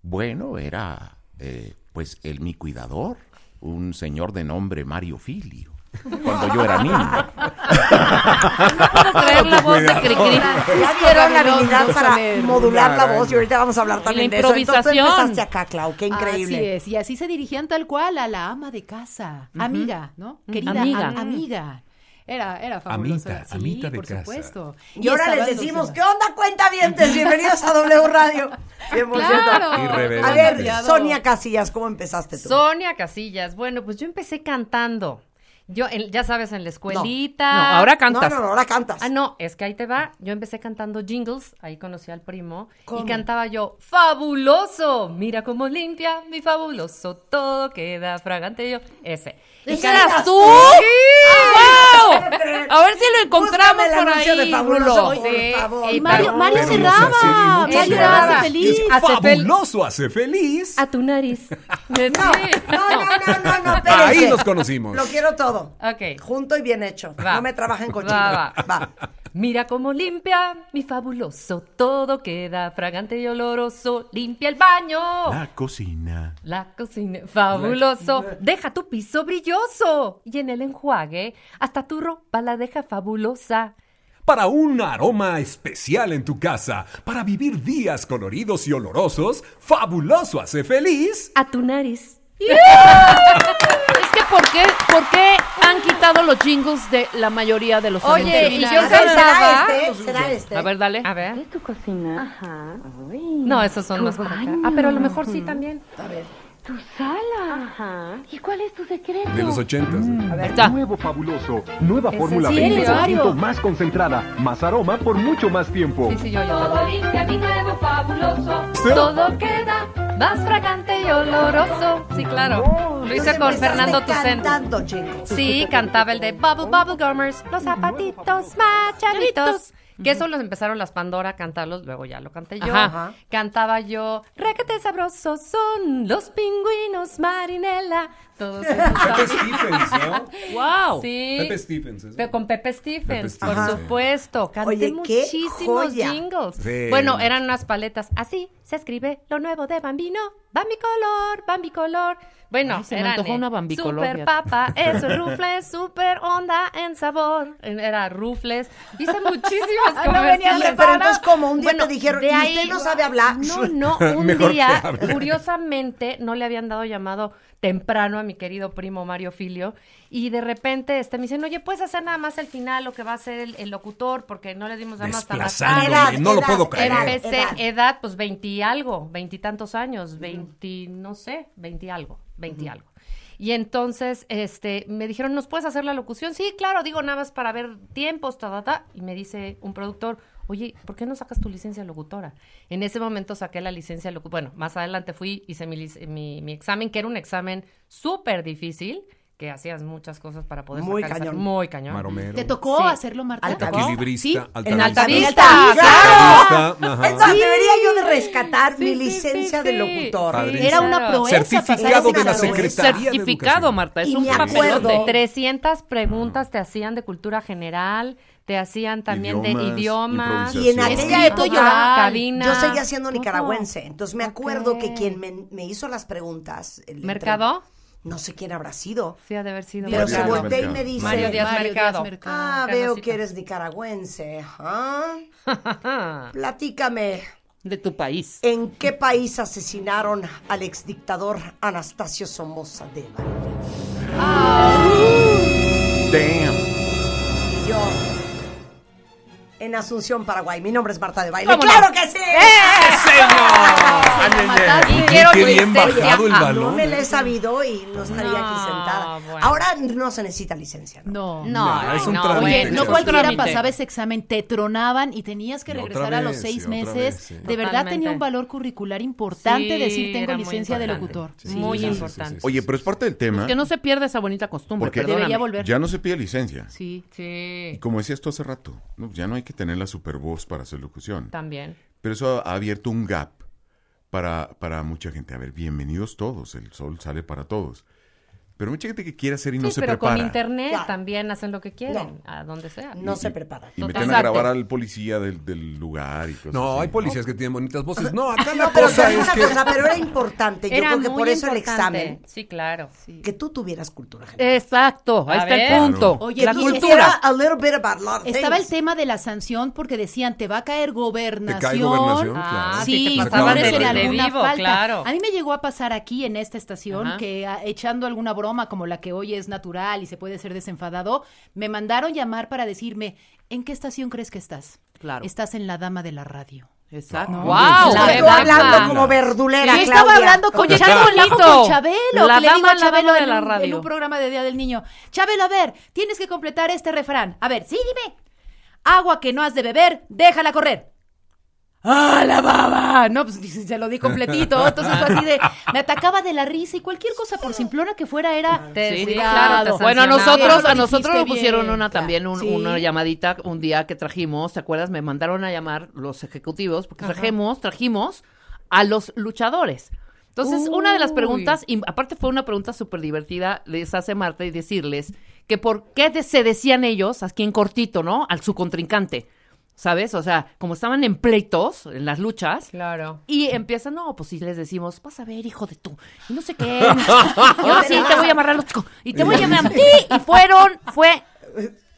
Bueno, era eh, pues el mi cuidador, un señor de nombre Mario Filio, cuando yo era niño. puedo creer la voz de Cricri. Ya vieron la habilidad Gabilondo para Soler. modular la Una voz y araña. ahorita vamos a hablar Y también la de eso. Entonces tú improvisación. empezaste acá, Clau, qué increíble. Así es, y así se dirigían tal cual a la ama de casa, Ujú. amiga, ¿no? Ujú. Querida Amiga. am- amiga. Era, era fabuloso. Amita, Sí, amita de por casa. supuesto. Y ahora les estaban los decimos, demás. ¿qué onda, cuentavientes? Bienvenidos a W Radio. Bien, por cierto. Y rebelde. A ver, Sonia Casillas, ¿cómo empezaste tú? Sonia Casillas. Bueno, pues yo empecé cantando. Yo, en- ya sabes, en la escuelita. No, ahora cantas. No, no, no, ahora cantas. Ah, no, es que ahí te va. Yo empecé cantando jingles, ahí conocí al primo. ¿Cómo? Y cantaba yo, ¡fabuloso! Mira cómo limpia mi fabuloso, todo queda fragante. Yo, ese. Y ¿Ese cantaba- eras tú? Ah, ¡Sí! ¡Ay, ¡Wow! no puedo creer! A ver si lo encontramos Búscame el por anuncio ahí, de Fabuloso, Rulo. por Sí. favor. Y Mario, Pero- Mario pero cerraba. nos hace mucho Mario feliz. hace feliz. Es Hace fel- fabuloso, hace feliz. A tu nariz. No, no, Ahí espérense. nos conocimos. Lo quiero todo. Ok. Junto y bien hecho. No me trabajen cochino. Va, va. Mira cómo limpia mi fabuloso, todo queda fragante y oloroso. Limpia el baño. La cocina. La cocina, fabuloso. Deja tu piso brilloso. Y en el enjuague, hasta tu ropa la deja fabulosa. Para un aroma especial en tu casa, para vivir días coloridos y olorosos, fabuloso hace feliz. A tu nariz. Es que ¿por qué, por qué han quitado los jingles de la mayoría de los Oye, anuncios? y yo A ver, ¿será cantaba- este? ¿Será este? A ver, dale. A ver. tu cocina. Ajá. No, esos son tu más para acá. baño. Ah, pero a lo mejor sí también. A ver. Tu sala. Ajá. ¿Y cuál es tu secreto? De los ochentas. Nuevo fabuloso. Nueva ¿Es fórmula en serio? 20% más concentrada, más aroma por mucho más tiempo. Todo limpia, mi nuevo fabuloso. Sí. Todo queda más fragante y oloroso. Sí, claro. Lo hice con Fernando Tucen. Cantando, chicos. Sí, cantaba el de Bubble Bubble Gummers, los zapatitos más chavitos. Que eso los empezaron las Pandora a cantarlos, luego ya lo canté yo. Ajá. Cantaba yo, requete sabrosos son los pingüinos marinela. Todos Pepe esos Stephens, ¿no? ¡Wow! Sí. Pepe ¿eh? Stephens, eso. Pe- con Pepe Stephens, Pepe por Stephens, sí. supuesto. Canté Oye, qué muchísimos joya. jingles. Sí. Bueno, eran unas paletas. Así se escribe lo nuevo de Bambino. Bambi color, Bambi color. Bueno, Ay, se me eran, antojó eh, una Bambi color, Super fíjate. papa, eso es rufles, super onda en sabor. Era rufles. Hice muchísimas Ah, comerciales. no venían de- pero entonces como un día Bueno, te dijeron, de "Y ahí- usted no sabe hablar". No, no, un Mejor que día, hable. curiosamente, no le habían dado llamado temprano a mi querido primo Mario Filio. Y de repente este, me dicen, oye, puedes hacer nada más el final, lo que va a ser el, el locutor, porque no le dimos nada más hasta más tarde". Desplazándome, Edad, no lo edad, puedo creer. Empecé, edad. edad, pues veinti algo, veintitantos años, veinti, no sé, veinti algo, veinti algo. Y entonces, este, me dijeron, ¿nos puedes hacer la locución? Sí, claro, digo, nada más para ver tiempos, ta, ta, ta. Y me dice un productor, oye, ¿por qué no sacas tu licencia de locutora? En ese momento saqué la licencia de locutora. Bueno, más adelante fui, hice mi, lic- mi, mi examen, que era un examen súper difícil, que hacías muchas cosas para poder Muy sacar esa- cañón. Muy cañón. Maromero. ¿Te tocó Sí. hacerlo, Marta? Alta ¿Te tocó? equilibrista, Sí. alta En vista. Altavista, Altavista, claro. Altavista, ajá. Entonces Sí. debería yo de rescatar mi licencia de locutor. Padrísimo. Era una proeza Certificado pasar de la esa proeza. Secretaría de Certificado, Educación. Marta, es Y un me acuerdo- papelote. 300 preguntas te hacían de cultura general, te hacían también de Idiomas, idiomas. Y en aquella época cabina. yo seguía siendo nicaragüense. Entonces me acuerdo que quien me, me hizo las preguntas. el- ¿Mercado? No sé quién habrá sido. Sí, ha de haber sido. Pero Mario se Díaz voltea y Mercado. me dice. Mario Díaz Mario Díaz Mercado. Mercado. Ah, Carnacita. veo que eres nicaragüense. ¿ah? Platícame. De tu país. ¿En qué país asesinaron al exdictador Anastasio Somoza de Damn. Y yo. En Asunción, Paraguay. Mi nombre es Marta de Baile. ¿Cómo no? ¡Claro que sí! pues, señor! mataste. Y quiero qué bien licencia. bajado el Ah, no No balón. me la he sabido y no estaría aquí sentada. Ah, bueno. Ahora no se necesita licencia. No. No, es un trámite, Oye, no Chelsea. cualquiera Trámite. pasaba ese examen, te tronaban y tenías que Y otra regresar a los vez, y seis otra meses. vez, sí. De verdad tenía un valor curricular Sí, importante decir tengo era muy licencia de importante. locutor. Sí, Muy sí, sí, sí, importante. Oye, pero es parte del tema. Es que no se pierda esa bonita costumbre, porque perdóname. ya no se pide licencia. Sí. Y Sí. como decías tú hace rato, no, ya no hay que tener la super voz para hacer locución. También. Pero eso ha, ha abierto un gap para, para mucha gente. A ver, bienvenidos todos, el sol sale para todos. Pero mucha gente que quiere hacer y no Sí, se pero con prepara. internet también hacen lo que quieren, a donde sea. No Y- se y- prepara. Y meten Total. a grabar Exacto. al policía del, del lugar y cosas No, así. hay policías que tienen bonitas voces. No, acá No, la pero, cosa ¿sabes es una que. cosa? pero era importante. Yo Era creo que muy por eso el importante. examen. Sí, claro. Que tú tuvieras cultura general. Exacto, ahí A está ver. el punto. Claro. Oye, la tú- Era cultura. a little bit about a lot of Estaba el things. tema de la sanción porque decían te va a caer gobernación. Ah, Te cae gobernación, claro. Sí, Ah, Sí, te por pasabas ponerse de- en de alguna vivo, falta. claro. A mí me llegó a pasar aquí en esta estación Ajá. que a- echando alguna broma como la que hoy es natural y se puede ser desenfadado, me mandaron llamar para decirme ¿en qué estación crees que estás? Claro. Estás en la dama de la radio. Exacto. No, ¡Guau! claro. ¡Qué Yo hablando dama! como verdulera, Yo estaba Claudia. hablando con Oye, qué Chabelo, bonito. con Chabelo, La que le digo dama, a la Chabelo dama de en, la un- radio. en un programa de Día del Niño. Chabelo, a ver, tienes que completar este refrán. A ver, sí, dime. Agua que no has de beber, déjala correr. ¡Ah, la baba! No, pues se lo di completito. Entonces fue así de. Me atacaba de la risa y cualquier cosa por simplona que fuera era. Te- sí, cuidado. claro, te Bueno, a sancionaron. nosotros, a Bien, lo nosotros nos dijiste pusieron bien, una claro. también, un- Sí. una llamadita un día que trajimos, ¿te acuerdas? Me mandaron a llamar los ejecutivos, porque Ajá. trajimos, trajimos a los luchadores. Entonces, una de las Uy. preguntas, y aparte fue una pregunta súper divertida, les hace Marta y decirles que por qué de- se decían ellos, aquí en cortito, ¿no? Al su contrincante, ¿sabes? O sea, como estaban en pleitos, en las luchas, Claro. y empiezan, no, pues si les decimos, vas a ver, hijo de tú, y Eh, no sé qué. Yo sí te voy a amarrar los chicos. Y te voy a llamar a ti. Y fueron, fue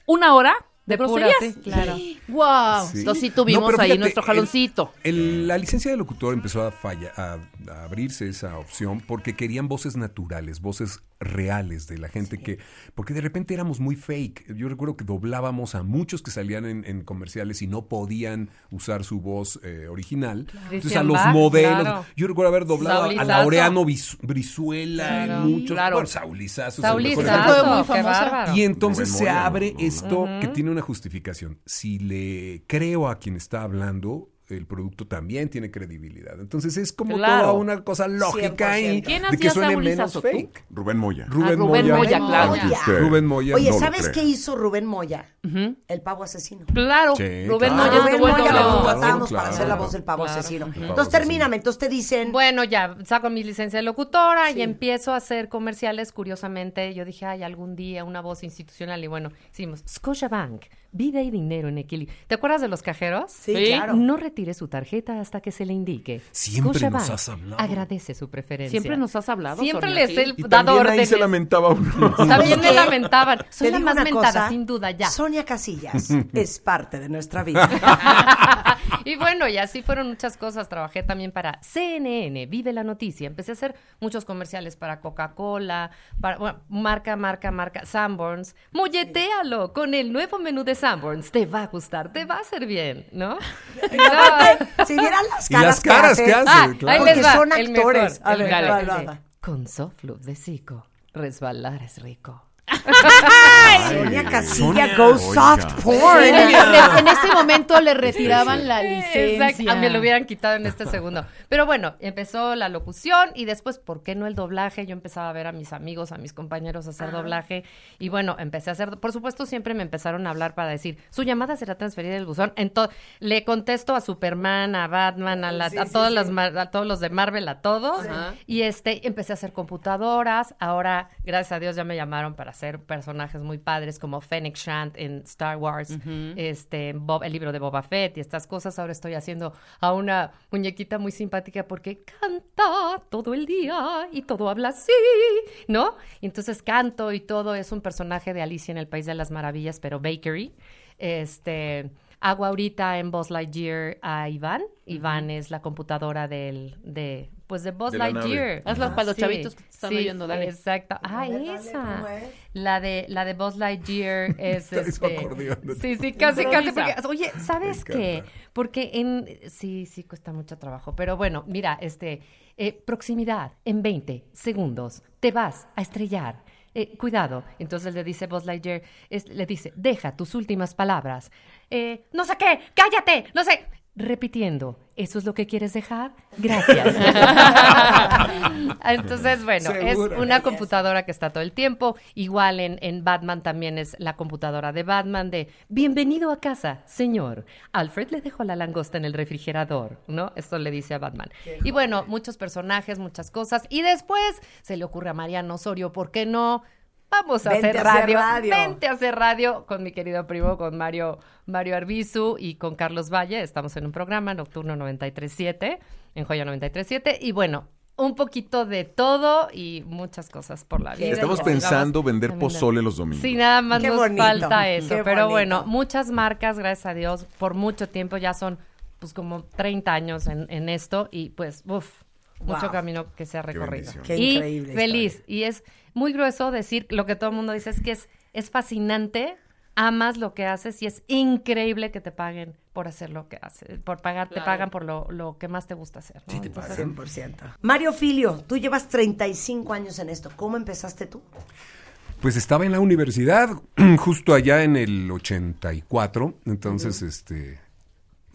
una hora De de, pura, groserías. sí, claro. ¡Wow! Sí. Entonces sí tuvimos No, pero ahí fíjate, nuestro el- jaloncito. el- la licencia de locutor empezó a, falla, a, a abrirse esa opción porque querían voces naturales, voces reales de la gente que... Porque de repente éramos muy fake. Yo recuerdo que doblábamos a muchos que salían en, en comerciales y no podían usar su voz eh, original. Entonces a Christian los Bach, modelos... claro. Yo recuerdo haber doblado Saul a Izazo. Laureano Bis- Brizuela Claro. y muchos... Claro. Bueno, Saulizazo. es el Saúl mejor Izazo, ejemplo. muy qué famosa. bárbaro. Y entonces Rubén se Moya, abre ¿no? esto que tiene una justificación. Si le creo a quien está hablando, el producto también tiene credibilidad. Entonces es como Claro. toda una cosa lógica y 100%. ¿Quién de que hacía suene Saúl menos Izazo, tú? fake. Rubén Moya. Rubén, Rubén Moya. Moya, claro. Moya. Usted. Rubén Moya. Oye, no lo ¿sabes creo. qué hizo Rubén Moya? Ujú. El pavo asesino. Claro, Sí, Rubén claro. Moya Rubén estuvo en Moya doble lo U. claro, contratamos para claro. hacer la voz del pavo Claro. asesino. Ujú. Entonces termíname, entonces te dicen. Bueno, ya saco mi licencia de locutora Sí. y empiezo a hacer comerciales. Curiosamente, yo dije, ay, algún día una voz institucional. Y bueno, hicimos Scotiabank, vida y dinero en equilibrio. ¿Te acuerdas de los cajeros? Sí, Sí. claro. No retire su tarjeta hasta que se le indique. Siempre nos Scotiabank has hablado. Agradece su preferencia. Siempre nos has hablado. Siempre Sonia, les sí. he Y dado también ahí órdenes. se lamentaba uno. También me ¿Qué? lamentaban. Soy Te la digo más una mentada, cosa, sin duda, ya. Sonia Casillas es parte de nuestra vida. y bueno, y así fueron muchas cosas. Trabajé también para CNN, Vive la Noticia. Empecé a hacer muchos comerciales para Coca-Cola, para bueno, marca, marca, marca, Sanborns. Molletéalo con el nuevo menú de Sanborns. Te va a gustar, te va a hacer bien, ¿no? Y Estaba- aparte, si vieran las Y las caras, caras que que hacen, hace, Ah, claro. ahí les porque va, son el actores. mejor, a el ver, mejor. va, va, va. Con Soflu de Zico, resbalar es rico. Sonia Sonia, Casilla goes oiga. soft porn. En, en- en este momento le retiraban la licencia. Exacto, ah, me lo hubieran quitado en este segundo. Pero bueno, empezó la locución y después, ¿por qué no el doblaje? Yo empezaba a ver a mis amigos, a mis compañeros hacer doblaje y bueno, empecé a hacer, por supuesto, siempre me empezaron a hablar para decir, su llamada será transferida del buzón. Entonces, le contesto a Superman, a Batman, a, la- a todas las mar- a todos los de Marvel, a todos. Ajá. Y este, empecé a hacer computadoras. Ahora, gracias a Dios, ya me llamaron para hacer personajes muy padres como Fennec Shand en Star Wars, este, Bob- el libro de Boba Fett y estas cosas. Ahora estoy haciendo a una muñequita muy simpática porque canta todo el día y todo habla así, ¿no? Y entonces canto y todo. Es un personaje de Alicia en el País de las Maravillas, pero Bakery. Este, hago ahorita en Buzz Lightyear a Iván. Iván es la computadora del, de, pues de Buzz De la nave. Lightyear. Hazla para los chavitos que te están sí, oyendo, dale. Exacto. Ah, ver, dale, esa. ¿cómo es? La de, la de Buzz Lightyear es Trae su este. acordeón. Sí, sí, casi, casi. Improvisa. porque- oye, ¿sabes Me encanta. qué? Porque en. Sí, sí, cuesta mucho trabajo. Pero bueno, mira, este. eh, proximidad, en 20 segundos, te vas a estrellar. Eh, cuidado. Entonces le dice Buzz Lightyear, es- le dice, deja tus últimas palabras. Eh, no sé qué, cállate, no sé. Repitiendo, ¿eso es lo que quieres dejar? Gracias. Entonces, bueno, Seguro. es una computadora que está todo el tiempo. Igual en, en Batman también es la computadora de Batman de Bienvenido a casa, señor. Alfred le dejó la langosta en el refrigerador, ¿no? Esto le dice a Batman. Y bueno, muchos personajes, muchas cosas. Y después se le ocurre a Mariano Osorio, ¿por qué no? Vamos a Vente hacer a hacer radio. radio. Vente a hacer radio con mi querido primo, con Mario, Mario Arbizu y con Carlos Valle. Estamos en un programa, Nocturno 937, en Joya 937. Y bueno, un poquito de todo y muchas cosas por la vida. Estamos Que pensando sigamos vender caminando. pozole los domingos. Sí, nada más Qué nos bonito, falta eso. qué Pero bonito. bueno, muchas marcas, gracias a Dios, por mucho tiempo ya son pues como 30 años en, en esto y pues, uff, mucho Wow. camino que se ha recorrido. bendición. Qué y increíble feliz. Y es muy grueso decir lo que todo el mundo dice, es que es, es fascinante, amas lo que haces y es increíble que te paguen por hacer lo que haces, por pagar, te Claro. pagan por lo, lo que más te gusta hacer. ¿no? Entonces, 100%. Mario Filio, tú llevas 35 años en esto. ¿Cómo empezaste tú? Pues estaba en la universidad, justo allá en el 84, entonces este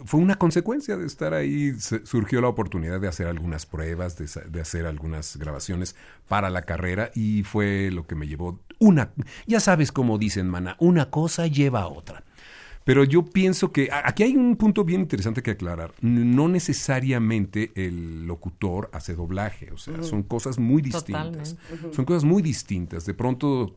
fue una consecuencia de estar ahí, se- surgió la oportunidad de hacer algunas pruebas, de, sa- de hacer algunas grabaciones para la carrera y fue lo que me llevó una, ya sabes cómo dicen, mana, una cosa lleva a otra. Pero yo pienso que a- aquí hay un punto bien interesante que aclarar. No necesariamente el locutor hace doblaje, o sea, Ujú. son cosas muy distintas. Totalmente. Ujú. Son cosas muy distintas. De pronto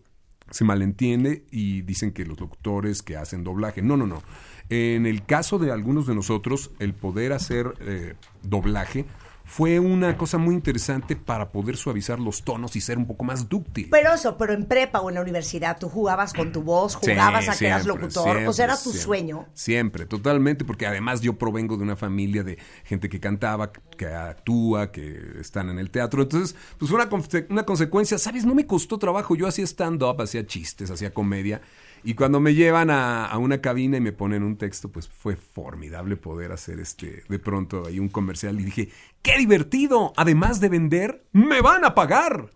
se malentiende y dicen que los locutores que hacen doblaje. No, no, no. En el caso de algunos de nosotros, el poder hacer eh, doblaje fue una cosa muy interesante para poder suavizar los tonos y ser un poco más dúctil. Pero eso, pero en prepa o en la universidad, tú jugabas con tu voz, jugabas a que eras siempre, locutor. o sea, siempre, era tu siempre. sueño. Siempre, totalmente, porque además yo provengo de una familia de gente que cantaba, que actúa, que están en el teatro. Entonces, pues fue una, conse- una consecuencia, ¿sabes? No me costó trabajo. Yo hacía stand-up, hacía chistes, hacía comedia. Y cuando me llevan a, a una cabina y me ponen un texto, pues fue formidable poder hacer este, de pronto ahí un comercial. Y dije, ¡qué divertido! Además de vender, me van a pagar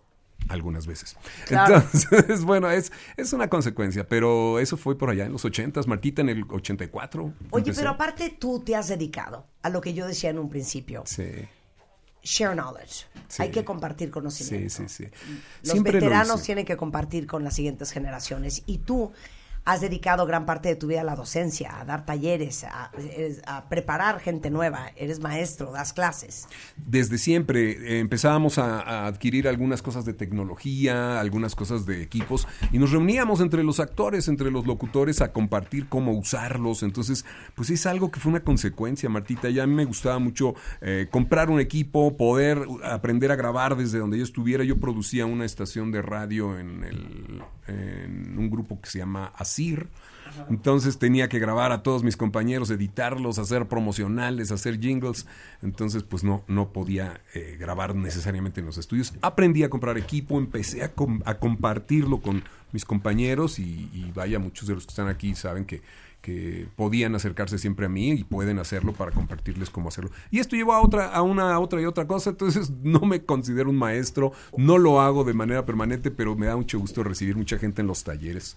algunas veces. Claro. Entonces, bueno, es, es una consecuencia, pero eso fue por allá en los 80s, Martita en el 84. Oye, empecé. pero aparte tú te has dedicado a lo que yo decía en un principio. Sí, Share knowledge. Sí. Hay que compartir sí, conocimiento. sí, sí. Mm. Los Siempre lo veteranos hice. tienen que compartir con las siguientes generaciones. Y tú has dedicado gran parte de tu vida a la docencia, a dar talleres, a, eres- a preparar gente nueva. Eres maestro, das clases. Desde siempre eh, empezábamos a, a adquirir algunas cosas de tecnología, algunas cosas de equipos, y nos reuníamos entre los actores, entre los locutores, a compartir cómo usarlos. Entonces, pues es algo que fue una consecuencia, Martita. Ya a mí me gustaba mucho eh, comprar un equipo, poder uh, aprender a grabar desde donde yo estuviera. Yo producía una estación de radio en, el- en un grupo que se llama ASIR. Entonces tenía que grabar a todos mis compañeros, editarlos, hacer promocionales, hacer jingles. Entonces, pues no, no podía eh, grabar necesariamente en los estudios. Aprendí a comprar equipo, empecé a, com- a compartirlo con mis compañeros y, y vaya, muchos de los que están aquí saben que, que podían acercarse siempre a mí y pueden hacerlo para compartirles cómo hacerlo. Y esto llevó a otra, a una, a otra y otra cosa. Entonces, no me considero un maestro, no lo hago de manera permanente, pero me da mucho gusto recibir mucha gente en los talleres.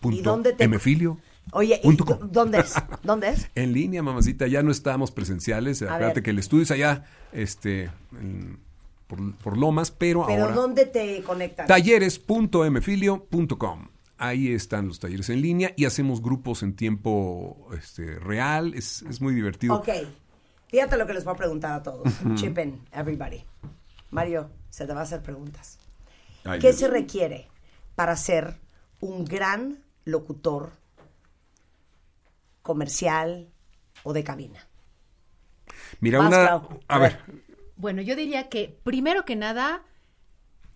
Punto. dónde te- Mfilio. Oye, ¿y Punto dó- ¿dónde es? ¿Dónde es? En línea, mamacita, ya no estamos presenciales. Acuérdate ver. que el estudio es allá, este, en- por, por Lomas, pero, Pero ahora ¿dónde te conectan? talleres.mfilio.com. Ahí están los talleres en línea y hacemos grupos en tiempo este, real. Es, es muy divertido. Ok. Fíjate lo que les voy a preguntar a todos. Ujú. Chip in, everybody. Mario, se te va a hacer preguntas. Ay, ¿Qué Dios. se requiere para ser un gran locutor comercial o de cabina? Mira, Vas, una. Clau. A ver, Bueno, yo diría que primero que nada,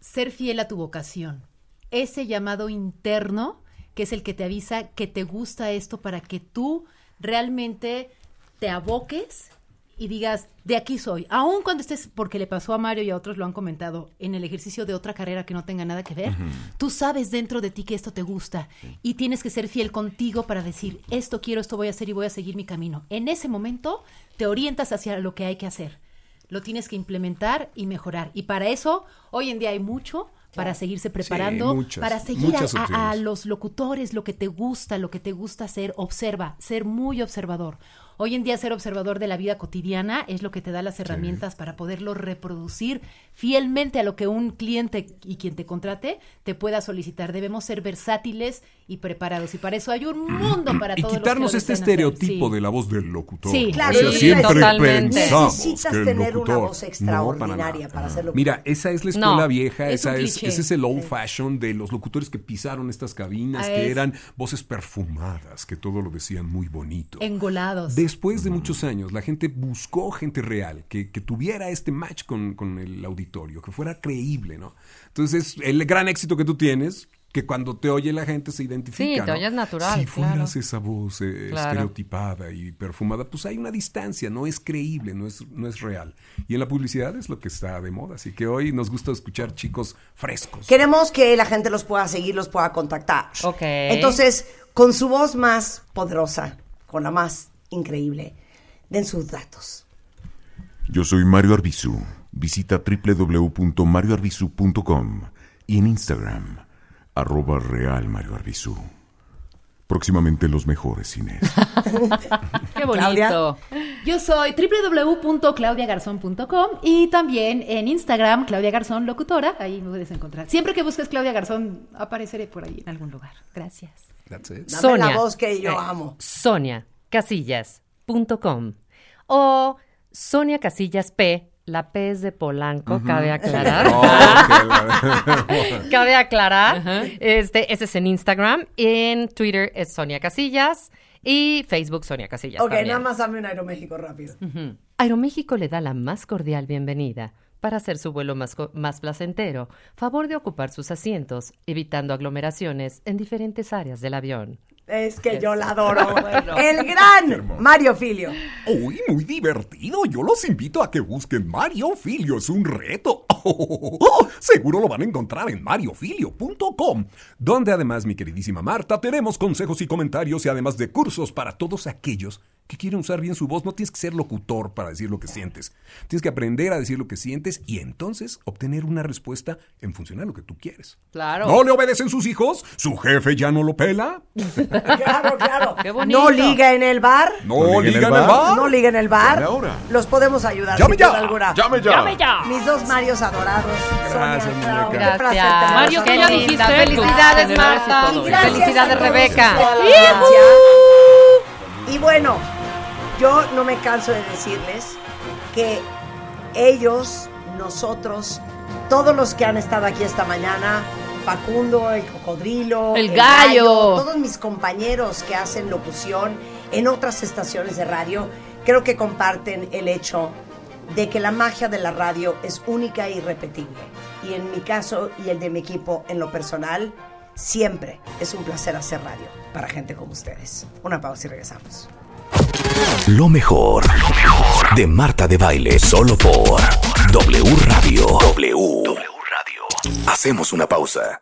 ser fiel a tu vocación. Ese llamado interno que es el que te avisa que te gusta esto para que tú realmente te aboques y digas, de aquí soy. Aún cuando estés, porque le pasó a Mario y a otros lo han comentado, en el ejercicio de otra carrera que no tenga nada que ver, Ujú. tú sabes dentro de ti que esto te gusta y tienes que ser fiel contigo para decir, esto quiero, esto voy a hacer y voy a seguir mi camino. En ese momento te orientas hacia lo que hay que hacer. Lo tienes que implementar y mejorar. Y para eso, hoy en día hay mucho para seguirse preparando, muchas, para seguir a- muchas a- a opciones. los locutores, lo que te gusta, lo que te gusta hacer, observa, ser muy observador. Hoy en día ser observador de la vida cotidiana es lo que te da las herramientas para poderlo reproducir fielmente a lo que un cliente y quien te contrate te pueda solicitar. Debemos ser versátiles y preparados y para eso hay un mundo para y todos los que quitarnos lo este desean hacer. estereotipo Sí. de la voz del locutor. Sí, ¿no? claro, O sea, sí, siempre totalmente. pensamos Necesitas que el tener una locutor- voz extraordinaria para ser locutor. Mira, esa es la escuela No, vieja, es esa un es, cliché. ese es el old fashion de los locutores que pisaron estas cabinas, Ah, que es. eran voces perfumadas, que todo lo decían muy bonito. Engolados. Después de muchos años, la gente buscó gente real, que, que tuviera este match con, con el auditorio, que fuera creíble, ¿no? Entonces, el gran éxito que tú tienes, que cuando te oye la gente se identifica. Sí, te ¿no? oyes natural, Si fueras claro. esa voz eh, Claro. estereotipada y perfumada, pues hay una distancia, no es creíble, no es, no es real. Y en la publicidad es lo que está de moda, así que hoy nos gusta escuchar chicos frescos. Queremos que la gente los pueda seguir, los pueda contactar. Entonces, con su voz más poderosa, con la más increíble, den sus datos. Yo soy Mario Arbizu. Visita www.marioarbizu.com y en Instagram, arroba real Mario Arbizu. Próximamente los mejores cines. Qué bonito. Yo soy www.claudiagarzón.com y también en Instagram, Claudia Garzón Locutora. Ahí me puedes encontrar. Siempre que busques Claudia Garzón, apareceré por ahí en algún lugar. Gracias. Dame la voz que Eh, yo amo. soniacasillas.com o Sonia Casillas P. La P es de Polanco, Ujú. cabe aclarar. Oh, qué- cabe aclarar. Ajá. Este, ese es en Instagram. En Twitter es Sonia Casillas. Y Facebook Sonia Casillas. ok, también. nada más dame un Aeroméxico rápido. Aeroméxico le da la más cordial bienvenida. Para hacer su vuelo más, co- más placentero, favor de ocupar sus asientos, evitando aglomeraciones en diferentes áreas del avión. Es que Eso. yo la adoro. Bueno. El Qué gran hermoso. Mario Filio. Uy, muy divertido. Yo los invito a que busquen Mario Filio. Es un reto. Oh, seguro lo van a encontrar en mariofilio.com, donde además, mi queridísima Marta, tenemos consejos y comentarios y además de cursos para todos aquellos que quieren usar bien su voz. No tienes que ser locutor para decir lo que sientes. Tienes que aprender a decir lo que sientes y entonces obtener una respuesta en función a lo que tú quieres. Claro. ¿No le obedecen sus hijos? ¿Su jefe ya no lo pela? Claro, claro. Qué bonito. No liga en el bar. No, liga en el bar. No liga en el bar. Llame ¿Ah? ahora. Los podemos ayudar. Llame sin ya. duda alguna. Llame ya. Llame ya. Mis dos Marios adorados. Gracias, muñeca. Qué placer tenerlos Mario, a ¿qué todos. ya dijiste? Felicidades, Pues, Marta. generoso y todo. Y gracias Felicidades, a todos Rebeca. ustedes, a la ¡Yujú! audiencia. Y bueno, yo no me canso de decirles que ellos, nosotros, todos los que han estado aquí esta mañana, Facundo, el cocodrilo, El gallo. todos mis compañeros que hacen locución en otras estaciones de radio, creo que comparten el hecho de que la magia de la radio es única e irrepetible. Y en mi caso y el de mi equipo en lo personal, siempre es un placer hacer radio para gente como ustedes. Una pausa y regresamos. Lo mejor, lo mejor de Marta de Baile, solo por W Radio. W, Radio. Hacemos una pausa.